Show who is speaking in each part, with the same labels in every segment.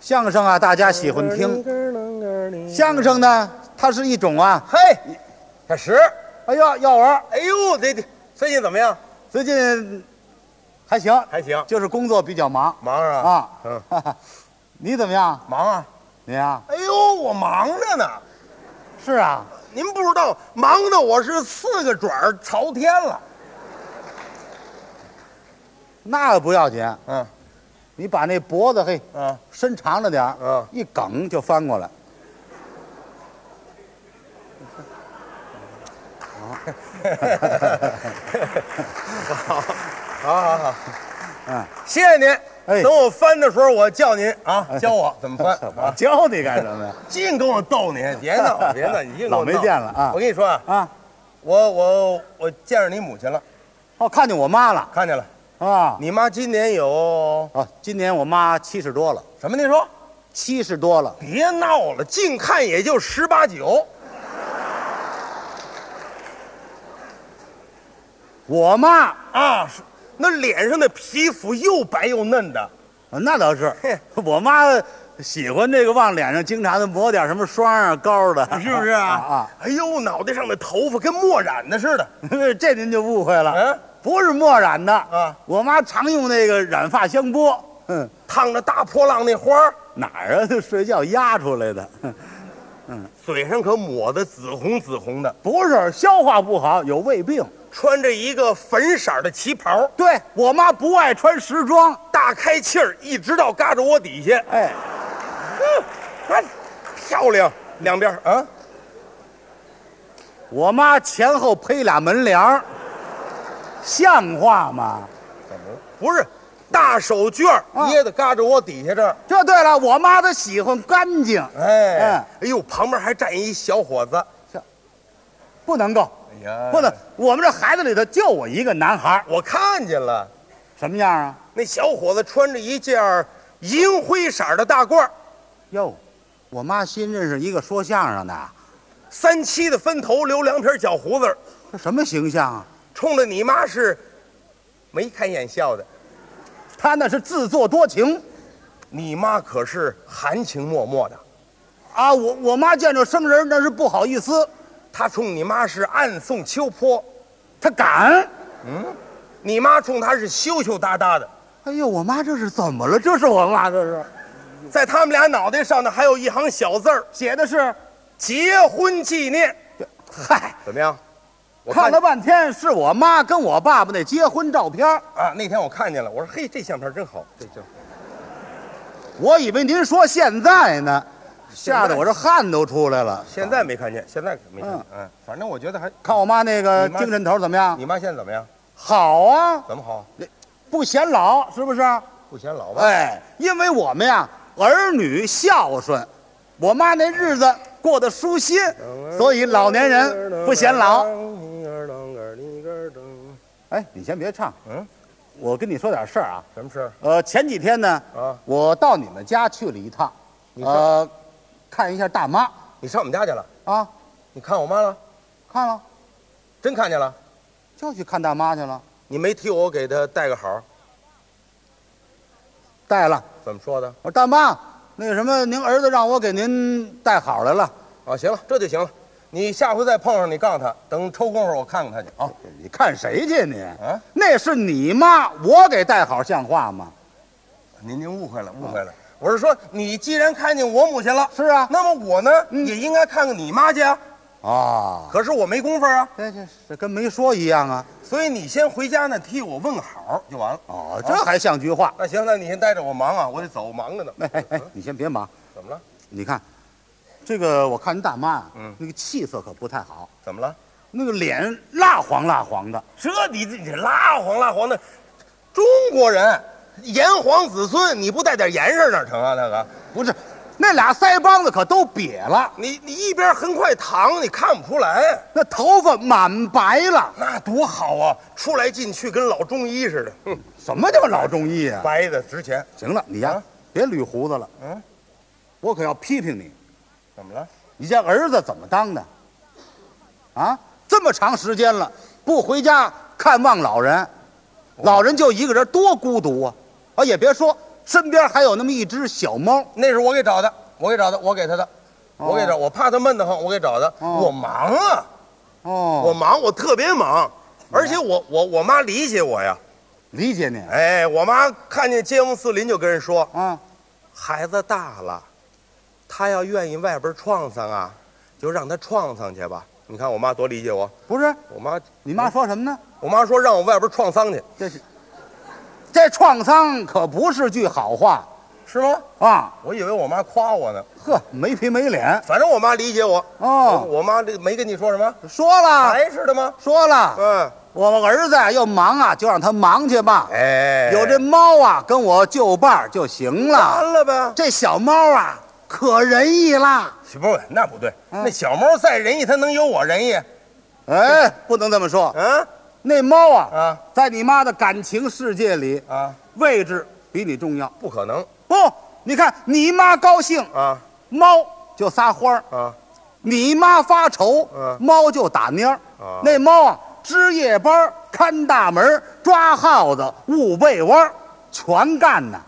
Speaker 1: 相声啊，大家喜欢听。相声呢，它是一种啊，
Speaker 2: 嘿，开始。
Speaker 1: 哎呦，耀文
Speaker 2: 哎呦，这这最近怎么样？
Speaker 1: 最近还行，
Speaker 2: 还行，
Speaker 1: 就是工作比较忙
Speaker 2: 忙啊
Speaker 1: 啊。
Speaker 2: 嗯，
Speaker 1: 你怎么样？
Speaker 2: 忙啊。
Speaker 1: 你啊？
Speaker 2: 哎呦，我忙着呢。
Speaker 1: 是啊，
Speaker 2: 您不知道，忙的我是四个爪儿朝天了。
Speaker 1: 那个不要紧，
Speaker 2: 嗯
Speaker 1: 你把那脖子嘿
Speaker 2: 嗯，
Speaker 1: 伸长了点儿
Speaker 2: 嗯
Speaker 1: 一梗就翻过来。
Speaker 2: 好，好好好，
Speaker 1: 嗯，
Speaker 2: 谢谢您。
Speaker 1: 哎
Speaker 2: 等我翻的时候，我叫您啊，教我怎么 翻
Speaker 1: 我
Speaker 2: 啊。
Speaker 1: 教你干什么呀？
Speaker 2: 净跟我逗您， 别闹，别闹，你净跟我
Speaker 1: 老没
Speaker 2: 闹
Speaker 1: 见了啊
Speaker 2: 我跟你说 啊，
Speaker 1: 啊，
Speaker 2: 我我我见着你母亲了，
Speaker 1: 哦，看见我妈了
Speaker 2: 看见了。
Speaker 1: 啊！
Speaker 2: 你妈今年有
Speaker 1: 哦，今年我妈七十多了，
Speaker 2: 什么？您说？
Speaker 1: 七十多了。
Speaker 2: 别闹了，近看也就十八九。
Speaker 1: 我妈
Speaker 2: 啊，是那脸上的皮肤又白又嫩的，
Speaker 1: 那倒是
Speaker 2: 嘿，
Speaker 1: 我妈喜欢这个往脸上经常的抹点什么霜啊、膏的，
Speaker 2: 是不是啊？
Speaker 1: 啊
Speaker 2: 哎呦，脑袋上的头发跟墨染的似的。
Speaker 1: 啊，这您就误会了，
Speaker 2: 嗯，
Speaker 1: 不是墨染的
Speaker 2: 啊。
Speaker 1: 我妈常用那个染发香波，哼，
Speaker 2: 烫着大波浪那花儿，
Speaker 1: 哪儿啊？ 这睡觉压出来的， 哼
Speaker 2: 嘴上可抹的紫红紫红的，
Speaker 1: 不是消化不好，有胃病。
Speaker 2: 穿着一个粉色儿的旗袍，
Speaker 1: 对我妈不爱穿时装，
Speaker 2: 大开气儿，一直到胳肢窝底 下，
Speaker 1: 哎，
Speaker 2: 哎，漂亮，两边儿啊，
Speaker 1: 我妈前后披俩门帘儿，像话吗？
Speaker 2: 不是，大手绢儿
Speaker 1: 啊
Speaker 2: 捏的胳肢窝底下这儿，
Speaker 1: 这对了，我妈她喜欢干净，
Speaker 2: 哎
Speaker 1: 哎，
Speaker 2: 哎呦，旁边还站一小伙子，
Speaker 1: 不能够。
Speaker 2: 哎呀
Speaker 1: 不能，我们这孩子里头就我一个男孩儿，
Speaker 2: 我看见了。
Speaker 1: 什么样啊？
Speaker 2: 那小伙子穿着一件儿银灰色儿的大褂儿，
Speaker 1: 哟，我妈新认识一个说相声的，
Speaker 2: 三七的分头，留两撇小胡子儿，
Speaker 1: 这什么形象啊？
Speaker 2: 冲着你妈是眉开眼笑的。
Speaker 1: 他那是自作多情
Speaker 2: 你妈可是含情脉脉的，
Speaker 1: 啊！我我妈见着生人那是不好意思，
Speaker 2: 她冲你妈是暗送秋波，
Speaker 1: 她敢。
Speaker 2: 你妈冲她是羞羞答答的。
Speaker 1: 哎呦，我妈这是怎么了？这是我妈，这是
Speaker 2: 在他们俩脑袋上呢，还有一行小字儿
Speaker 1: 写的是，
Speaker 2: “结婚纪念
Speaker 1: 嗨”，，
Speaker 2: 怎么样？我
Speaker 1: 看
Speaker 2: 看
Speaker 1: 了
Speaker 2: 了
Speaker 1: 半天是我妈跟我爸爸那结婚照片儿，
Speaker 2: 啊，那天我看见了，我说嘿，这相片真好，这就
Speaker 1: 我以为您说现在呢，吓得
Speaker 2: 现在
Speaker 1: 我这汗都出来了。
Speaker 2: 现在没看见，现在没看见，嗯，反正我觉得还
Speaker 1: 看我妈那个
Speaker 2: 你妈
Speaker 1: 精神头怎么样？
Speaker 2: 你妈现在怎么样？
Speaker 1: 好啊，
Speaker 2: 怎么好？
Speaker 1: 不显老，是不是？
Speaker 2: 不显老吧？
Speaker 1: 哎，因为我们呀，儿女孝顺，我妈那日子过得舒心，
Speaker 2: 哎
Speaker 1: 所以老年人不显老。。哎，你先别唱，
Speaker 2: 嗯，
Speaker 1: 我跟你说点事儿啊。
Speaker 2: 什么事儿
Speaker 1: 呃，前几天呢，
Speaker 2: 啊？
Speaker 1: 我到你们家去了一趟，
Speaker 2: 你上
Speaker 1: 呃，看一下大妈
Speaker 2: 你上我们家去了？
Speaker 1: 啊，
Speaker 2: 你看我妈了？
Speaker 1: 看了
Speaker 2: 真看见了？
Speaker 1: 就去看大妈去了，
Speaker 2: 你没替我给她带个好？
Speaker 1: 带了。
Speaker 2: 怎么说的？
Speaker 1: 我说大妈，那个什么，您儿子让我给您带好来了。
Speaker 2: 啊，行了，这就行了。你下回再碰上，你告诉她，等抽工夫我看看她去啊。
Speaker 1: 哦你看谁去你？
Speaker 2: 啊，
Speaker 1: 那是你妈，我给带好像话吗？
Speaker 2: 您您误会了，误会了。我是说，你既然看见我母亲了，
Speaker 1: 是啊，
Speaker 2: 那么我呢也应该看看你妈去啊。
Speaker 1: 啊，
Speaker 2: 可是我没工夫啊，
Speaker 1: 这这这跟没说一样啊！
Speaker 2: 所以你先回家呢，替我问个好就完了。
Speaker 1: 哦，这还像句话。
Speaker 2: 那行，那你先带着我忙啊，我得走，忙 着呢。嗯
Speaker 1: 哎哎哎，你先别忙，
Speaker 2: 怎么了？
Speaker 1: 你看，这个我看你大妈啊，
Speaker 2: 嗯
Speaker 1: 那个气色可不太好，
Speaker 2: 怎么了？
Speaker 1: 那个脸蜡黄蜡黄的。
Speaker 2: 这你这你拉黄拉黄的，中国人炎黄子孙，你不带点严实哪成啊？那个，
Speaker 1: 不是，那俩腮帮子可都瘪了，
Speaker 2: 你你一边横块糖，你看不出来，
Speaker 1: 那头发满白了。
Speaker 2: 那多好啊！出来进去跟老中医似的，哼，
Speaker 1: 什么叫老中医啊？
Speaker 2: 白的值钱。
Speaker 1: 行了，你呀、
Speaker 2: 啊
Speaker 1: 别捋胡子了，
Speaker 2: 嗯，
Speaker 1: 我可要批评你。
Speaker 2: 怎么了？
Speaker 1: 你这儿子怎么当的？啊，这么长时间了，不回哦家看望老人，老人就一个人，多孤独啊！啊，也别说，身边还有那么一只小猫，
Speaker 2: 那是我给找的，我给找的，我给他的，我给找，我怕他闷得慌，我给找的。
Speaker 1: 哦
Speaker 2: 我忙啊，我
Speaker 1: 哦，
Speaker 2: 忙，我特别忙，而且我我我妈理解我呀。
Speaker 1: 理解你
Speaker 2: 哎，我妈看见街坊四邻就跟人说，
Speaker 1: 啊，
Speaker 2: 孩子大了，他要愿意外边创桑啊，就让他创桑去吧。你看我妈多理解我，
Speaker 1: 不是
Speaker 2: 我妈
Speaker 1: 你妈说什么呢？
Speaker 2: 我妈说让我外边创桑去，
Speaker 1: 这是这创伤可不是句好话
Speaker 2: 是吗？
Speaker 1: 啊！
Speaker 2: 我以为我妈夸我呢，
Speaker 1: 呵，没皮没脸
Speaker 2: 反正我妈理解我。
Speaker 1: 哦，
Speaker 2: 我我妈这没跟你说什么，
Speaker 1: 说了
Speaker 2: 还是的吗？
Speaker 1: 说了，
Speaker 2: 嗯，
Speaker 1: 我们儿子啊要忙啊，就让他忙去吧。
Speaker 2: 哎，
Speaker 1: 有这猫啊，跟我就伴儿就行了。
Speaker 2: 完了呗？
Speaker 1: 这小猫啊，可仁义啦。
Speaker 2: 不是，那不对，
Speaker 1: 嗯
Speaker 2: 那小猫再仁义，它能有我仁义？
Speaker 1: 哎，不能这么说。
Speaker 2: 嗯
Speaker 1: 那猫啊，
Speaker 2: 啊
Speaker 1: 在你妈的感情世界里，
Speaker 2: 啊，
Speaker 1: 位置比你重要。
Speaker 2: 不可能
Speaker 1: 不，你看你妈高兴，
Speaker 2: 啊
Speaker 1: 猫就撒欢儿；
Speaker 2: 啊！
Speaker 1: 你妈发愁，
Speaker 2: 嗯
Speaker 1: 猫就打蔫儿。
Speaker 2: 啊
Speaker 1: 那猫啊，值夜班儿、看大门儿、抓耗子、捂被窝儿，全干呢，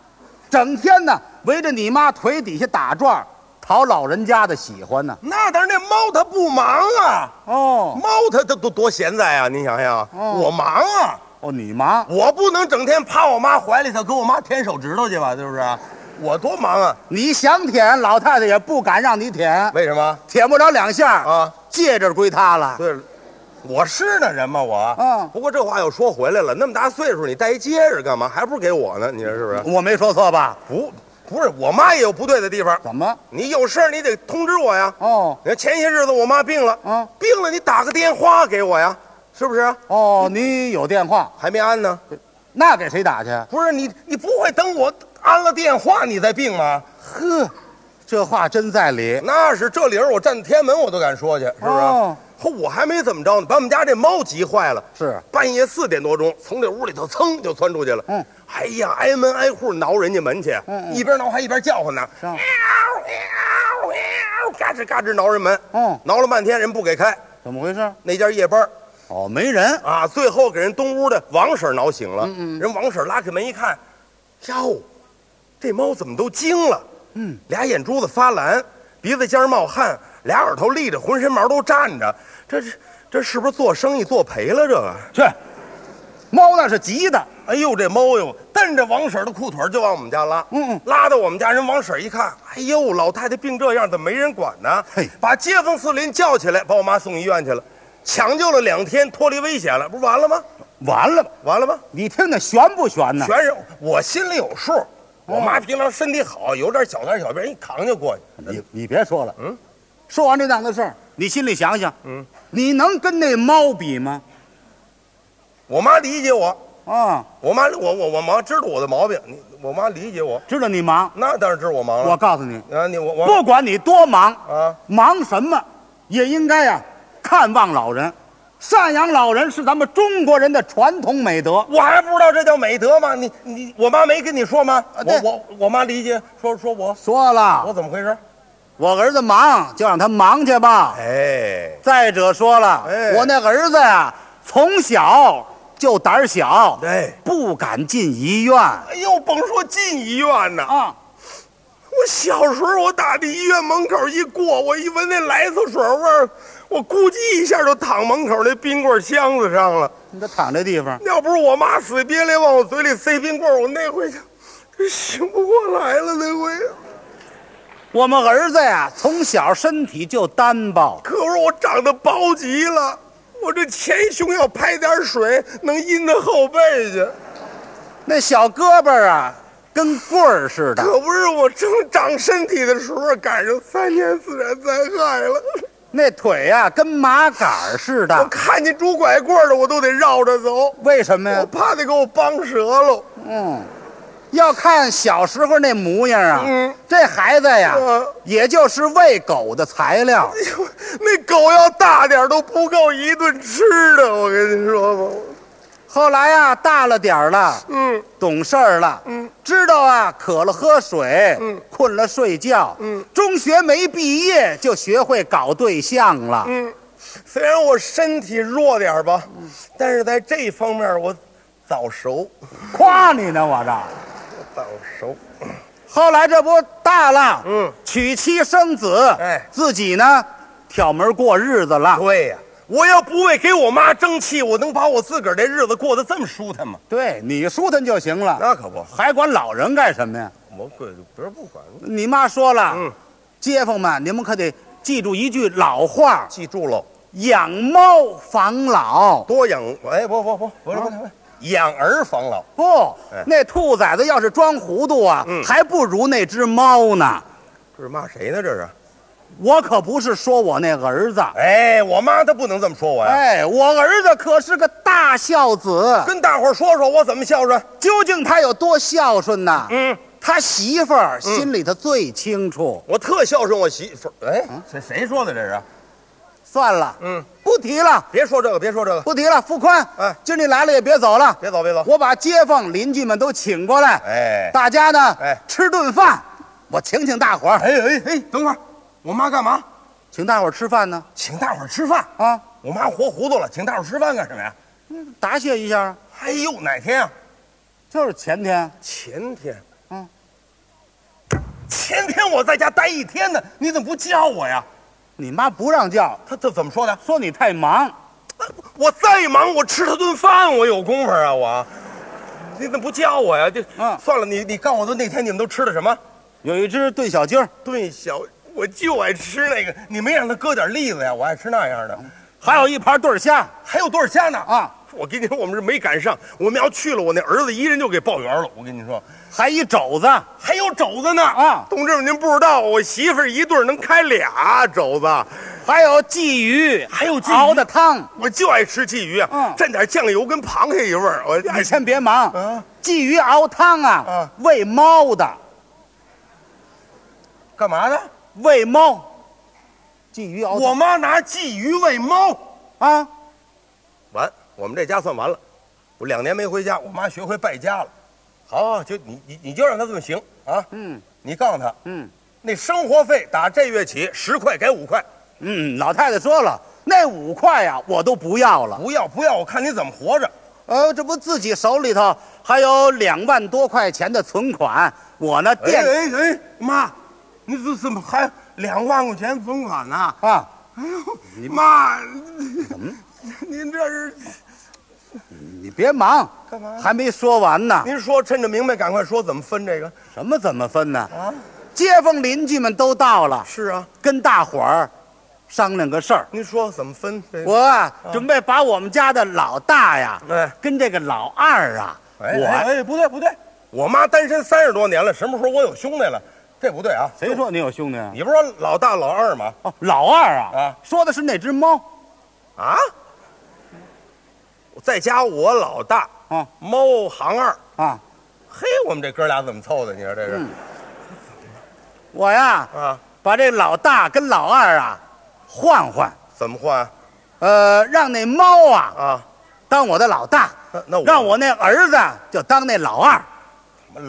Speaker 1: 整天呢围着你妈腿底下打转儿，讨老人家的喜欢呢。
Speaker 2: 那当然，那猫它不忙啊，
Speaker 1: 哦
Speaker 2: 猫它它多多闲在啊！您想想，
Speaker 1: 哦
Speaker 2: 我忙啊，
Speaker 1: 哦，你妈
Speaker 2: 我不能整天趴我妈怀里头给我妈舔手指头去吧？是不是？我多忙啊！
Speaker 1: 你想舔，老太太也不敢让你舔，
Speaker 2: 为什么
Speaker 1: 舔不着两下儿，
Speaker 2: 啊？
Speaker 1: 戒指归她了。
Speaker 2: 对了，我是那人吗？我
Speaker 1: 嗯
Speaker 2: 不过这话又说回来了，那么大岁数，你戴一戒指干嘛？还不是给我呢？你说是不是？
Speaker 1: 我没说错吧？
Speaker 2: 不，不是，我妈也有不对的地方。
Speaker 1: 怎么？
Speaker 2: 你有事儿你得通知我呀。
Speaker 1: 哦
Speaker 2: 你看前些日子我妈病了，
Speaker 1: 啊
Speaker 2: 病了你打个电话给我呀，是不是？
Speaker 1: 哦，你有电话，
Speaker 2: 还没安呢。
Speaker 1: 那给谁打去？
Speaker 2: 不是你，你不会等我安了电话你再病吗？
Speaker 1: 呵，这话真在理，是
Speaker 2: 那是这理儿，我站天安门我都敢说去，是不是？
Speaker 1: 哦
Speaker 2: 嚯我还没怎么着呢，把我们家这猫急坏了。
Speaker 1: 是
Speaker 2: 半夜四点多钟，从这屋里头噌就窜出去了。
Speaker 1: 嗯，
Speaker 2: 哎呀，挨门挨户挠人家门去，
Speaker 1: 嗯嗯
Speaker 2: 一边挠还一边叫唤呢，喵
Speaker 1: 啊
Speaker 2: 喵喵，嘎吱嘎吱挠人门。
Speaker 1: 嗯
Speaker 2: 挠了半天人不给开，
Speaker 1: 怎么回事？
Speaker 2: 那家夜班
Speaker 1: 哦，没人。
Speaker 2: 啊，最后给人东屋的王婶挠醒了。
Speaker 1: 嗯嗯
Speaker 2: 人王婶拉开门一看，哟，这猫怎么都惊了？
Speaker 1: 嗯，
Speaker 2: 俩眼珠子发蓝，鼻子尖儿冒汗，俩耳朵立着，浑身毛都站着，这是这是不是做生意做赔了？这个。
Speaker 1: 去，猫那是急的。
Speaker 2: 哎呦，这猫哟，蹬着王婶儿的裤腿儿就往我们家拉，
Speaker 1: 嗯嗯
Speaker 2: 拉到我们家人王婶儿一看，哎呦，老太太病这样，怎么没人管呢？
Speaker 1: 嘿
Speaker 2: 把街坊四邻叫起来，把我妈送医院去了，抢救了两天，脱离危险了，不是完了吗？
Speaker 1: 完了吧？
Speaker 2: 完了吗？
Speaker 1: 你听听悬不悬呢？
Speaker 2: 全是我心里有数，我妈平常身体好，有点小灾小病一扛就过去。
Speaker 1: 你你别说了，
Speaker 2: 嗯，
Speaker 1: 说完这档子事儿，你心里想想，
Speaker 2: 嗯，
Speaker 1: 你能跟那猫比吗？
Speaker 2: 我妈理解我，
Speaker 1: 啊，
Speaker 2: 我妈我我我妈知道我的毛病，你我妈理解我，
Speaker 1: 知道你忙，
Speaker 2: 那当然知道我忙
Speaker 1: 我
Speaker 2: 了。
Speaker 1: 告诉你，
Speaker 2: 我啊，你我我
Speaker 1: 不管你多忙，
Speaker 2: 啊，
Speaker 1: 忙什么也应该呀、看望老人，赡养老人是咱们中国人的传统美德。
Speaker 2: 我还不知道这叫美德吗？你你我妈没跟你说吗？
Speaker 1: 对
Speaker 2: 我我我妈理解说说我
Speaker 1: 说
Speaker 2: 我
Speaker 1: 了，
Speaker 2: 怎么回事？
Speaker 1: 我儿子忙就让他忙去吧。
Speaker 2: 哎，
Speaker 1: 再者说了，
Speaker 2: 哎
Speaker 1: 我那儿子呀、从小就胆儿小，
Speaker 2: 对，
Speaker 1: 不敢进医院
Speaker 2: 哎呦，甭说进医院呢，
Speaker 1: 啊。
Speaker 2: 我小时候我打的医院门口一过，我一闻那来厕水味儿，我估计一下就躺门口那冰棍箱子上了。
Speaker 1: 你这躺这地方，
Speaker 2: 要不是我妈死憋赖往我嘴里塞冰棍，我那回就就醒不过来了。那回，
Speaker 1: 我们儿子呀、从小身体就单薄，
Speaker 2: 可是我长得薄极了，我这前胸要拍点水，能阴到后背去。
Speaker 1: 那小胳膊啊跟棍儿似的。
Speaker 2: 可不是，我正长身体的时候赶上三年自然灾害了，
Speaker 1: 那腿呀、跟麻杆儿似
Speaker 2: 我
Speaker 1: 的，
Speaker 2: 看见拄拐棍儿的我都得绕着走，
Speaker 1: 为什么呀
Speaker 2: 我？怕得给我帮折喽。
Speaker 1: 嗯，要看小时候那模样啊，
Speaker 2: 嗯
Speaker 1: 这孩子呀，
Speaker 2: 嗯
Speaker 1: 也就是喂狗的材料。
Speaker 2: 哎呦那狗要大点儿都不够一顿吃的，我跟你说吧。
Speaker 1: 后来呀，大了点儿了，
Speaker 2: 嗯，
Speaker 1: 懂事儿了，
Speaker 2: 嗯，
Speaker 1: 知道啊，渴了喝水，
Speaker 2: 嗯，
Speaker 1: 困了睡觉，
Speaker 2: 嗯，
Speaker 1: 中学没毕业就学会搞对象了，
Speaker 2: 嗯，虽然我身体弱点儿吧，但是在这方面我早熟，
Speaker 1: 夸你呢，我这
Speaker 2: 到手，
Speaker 1: 后来这不大了，
Speaker 2: 嗯，
Speaker 1: 娶妻生子，
Speaker 2: 哎
Speaker 1: 自己呢挑门过日子了。
Speaker 2: 对呀、我要不为给我妈争气，我能把我自个儿这日子过得这么舒坦吗？
Speaker 1: 对你舒坦就行了，
Speaker 2: 那可不，
Speaker 1: 还管老人干什么呀？
Speaker 2: 我鬼别人不管，
Speaker 1: 你妈说了，
Speaker 2: 嗯，
Speaker 1: 街坊们，你们可得记住一句老话：
Speaker 2: 记住喽，
Speaker 1: 养猫防老。
Speaker 2: 多养哎不不不不是不是不是养儿防老，
Speaker 1: 不
Speaker 2: 哎，
Speaker 1: 那兔崽子要是装糊涂啊，
Speaker 2: 嗯
Speaker 1: 还不如那只猫呢。
Speaker 2: 这是骂谁呢？这是？
Speaker 1: 我可不是说我那儿子，
Speaker 2: 哎，我妈她不能这么说我呀，
Speaker 1: 哎，我儿子可是个大孝子，
Speaker 2: 跟大伙儿说说我怎么孝顺。
Speaker 1: 究竟他有多孝顺呐？
Speaker 2: 嗯，
Speaker 1: 他媳妇儿心里头最清楚。
Speaker 2: 我特孝顺我媳妇儿。哎，谁谁说的这是？
Speaker 1: 算了，
Speaker 2: 嗯，
Speaker 1: 不提了，
Speaker 2: 别说这个，别说这个，
Speaker 1: 不提了，付宽，
Speaker 2: 哎
Speaker 1: 今儿你来了也别走了，
Speaker 2: 别走别走。
Speaker 1: 我把街坊邻居们都请过来，
Speaker 2: 哎
Speaker 1: 大家呢，
Speaker 2: 哎
Speaker 1: 吃顿饭，我请请大伙儿，
Speaker 2: 哎哎哎，等会儿，我妈干嘛？
Speaker 1: 请大伙儿吃饭呢，
Speaker 2: 请大伙儿吃饭。
Speaker 1: 啊，
Speaker 2: 我妈活糊涂了，请大伙儿吃饭干什么呀？
Speaker 1: 答谢一下，啊
Speaker 2: 哎呦，哪天啊？
Speaker 1: 就是前天，
Speaker 2: 前天。
Speaker 1: 嗯。
Speaker 2: 前天我在家待一天呢，你怎么不叫我呀？
Speaker 1: 你妈不让叫，
Speaker 2: 她她怎么说的？
Speaker 1: 说你太忙，
Speaker 2: 我再忙，我吃他顿饭，我有功夫啊！我，你怎么不叫我呀？这，
Speaker 1: 嗯
Speaker 2: 算了，你你告诉我，都那天你们都吃的什么？
Speaker 1: 有一只炖小鸡儿，
Speaker 2: 炖小，我就爱吃那个。你没让他搁点栗子呀？我爱吃那样的。
Speaker 1: 还有一盘对儿虾
Speaker 2: 还有多少虾呢？啊，
Speaker 1: 啊，
Speaker 2: 我跟你说，我们是没赶上。我们要去了，我那儿子一人就给抱圆了。我跟你说，
Speaker 1: 还一肘子，
Speaker 2: 还有肘子呢。
Speaker 1: 啊
Speaker 2: 同志们，您不知道，我媳妇儿一对儿能开俩肘子。
Speaker 1: 还有鲫鱼，
Speaker 2: 还有鲫鱼
Speaker 1: 熬的汤。
Speaker 2: 我就爱吃鲫鱼啊，
Speaker 1: 嗯
Speaker 2: 蘸点酱油跟螃蟹一味儿，我就
Speaker 1: 你
Speaker 2: 爱吃。
Speaker 1: 先别忙，
Speaker 2: 啊
Speaker 1: 鲫鱼熬汤啊，
Speaker 2: 啊
Speaker 1: 喂猫的，
Speaker 2: 干嘛呢？
Speaker 1: 喂猫，鲫鱼熬
Speaker 2: 我
Speaker 1: 汤
Speaker 2: 妈拿鲫鱼喂猫。
Speaker 1: 啊，
Speaker 2: 完，我们这家算完了。我两年没回家，我妈学会败家了。好，就你你你就让她这么行啊！
Speaker 1: 嗯
Speaker 2: 你告诉她，
Speaker 1: 嗯
Speaker 2: 那生活费打这月起十块改五块，
Speaker 1: 嗯，老太太说了，那五块呀、我都不要了，
Speaker 2: 不要不要，我看你怎么活着。
Speaker 1: 呃，这不自己手里头还有两万多块钱的存款，我呢
Speaker 2: 哎
Speaker 1: 垫、
Speaker 2: 哎哎，妈，你这怎么还两万块钱存款呢？
Speaker 1: 啊，
Speaker 2: 哎呦，妈，您这是
Speaker 1: 你别忙，
Speaker 2: 干嘛
Speaker 1: 还没说完呢，
Speaker 2: 您说趁着明白赶快说怎么分这个
Speaker 1: 什么怎么分呢？
Speaker 2: 啊？
Speaker 1: 街坊邻居们都到了，
Speaker 2: 是啊，
Speaker 1: 跟大伙儿商量个事儿。
Speaker 2: 您说怎么分这个？
Speaker 1: 我啊，准备把我们家的老大呀，
Speaker 2: 哎
Speaker 1: 跟这个老二啊，
Speaker 2: 哎
Speaker 1: 我、
Speaker 2: 哎哎，不对不对，我妈单身三十多年了，什么时候我有兄弟了？这不对啊！
Speaker 1: 谁说你有兄弟啊？
Speaker 2: 你不是说老大老二吗？
Speaker 1: 哦，老二啊，
Speaker 2: 啊
Speaker 1: 说的是那只猫
Speaker 2: 啊？在家我老大，
Speaker 1: 啊
Speaker 2: 猫行二。
Speaker 1: 啊，
Speaker 2: 嘿，我们这哥俩怎么凑的？你说这是、
Speaker 1: 我呀，
Speaker 2: 啊？
Speaker 1: 把这老大跟老二啊换换，
Speaker 2: 怎么换
Speaker 1: 呃，让那猫啊
Speaker 2: 啊？
Speaker 1: 当我的老大，
Speaker 2: 呃那那我啊
Speaker 1: 让我那儿子就当那老二。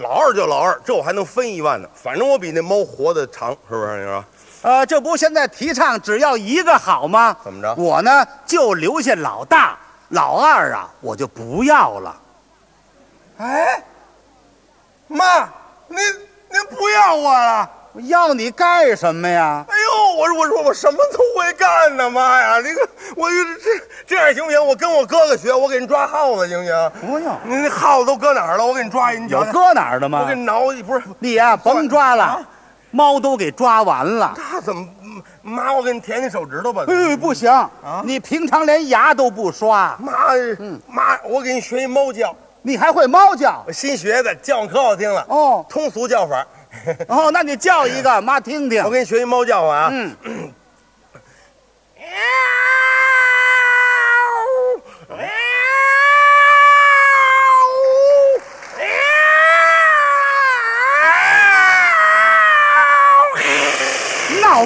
Speaker 2: 老二就老二，这我还能分一万呢。反正我比那猫活得长，是不是？你说
Speaker 1: 呃，这不现在提倡只要一个好吗？
Speaker 2: 怎么着
Speaker 1: 我呢就留下老大，老二啊我就不要了。
Speaker 2: 哎，妈，您您不要我了？
Speaker 1: 我要你干什么呀？
Speaker 2: 哎呦，我说我说我什么都会干呢，妈呀！这个我就这这样行不行？我跟我哥哥学，我给你抓耗子行不行？
Speaker 1: 不用，
Speaker 2: 你那耗子都搁哪儿了？我给你抓一，你瞧
Speaker 1: 有
Speaker 2: 瞧
Speaker 1: 搁哪儿的
Speaker 2: 我
Speaker 1: 吗
Speaker 2: 给？你挠一，不是
Speaker 1: 你呀、甭抓了
Speaker 2: 啊，
Speaker 1: 猫都给抓完了。
Speaker 2: 他怎么嗯妈？我给你舔舔手指头吧。
Speaker 1: 哎，不行，
Speaker 2: 啊
Speaker 1: 你平常连牙都不刷，
Speaker 2: 妈，妈，我给你学一猫叫，
Speaker 1: 你还会猫叫
Speaker 2: 我新学的，叫可好听了。
Speaker 1: 哦。
Speaker 2: 通俗叫法，
Speaker 1: 哦，那你叫一个，妈听听
Speaker 2: 我。给你学一猫叫法啊。
Speaker 1: 嗯，
Speaker 2: 喵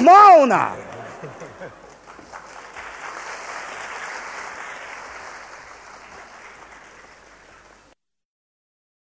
Speaker 1: 闹
Speaker 2: 喵喵！
Speaker 1: 猫呢？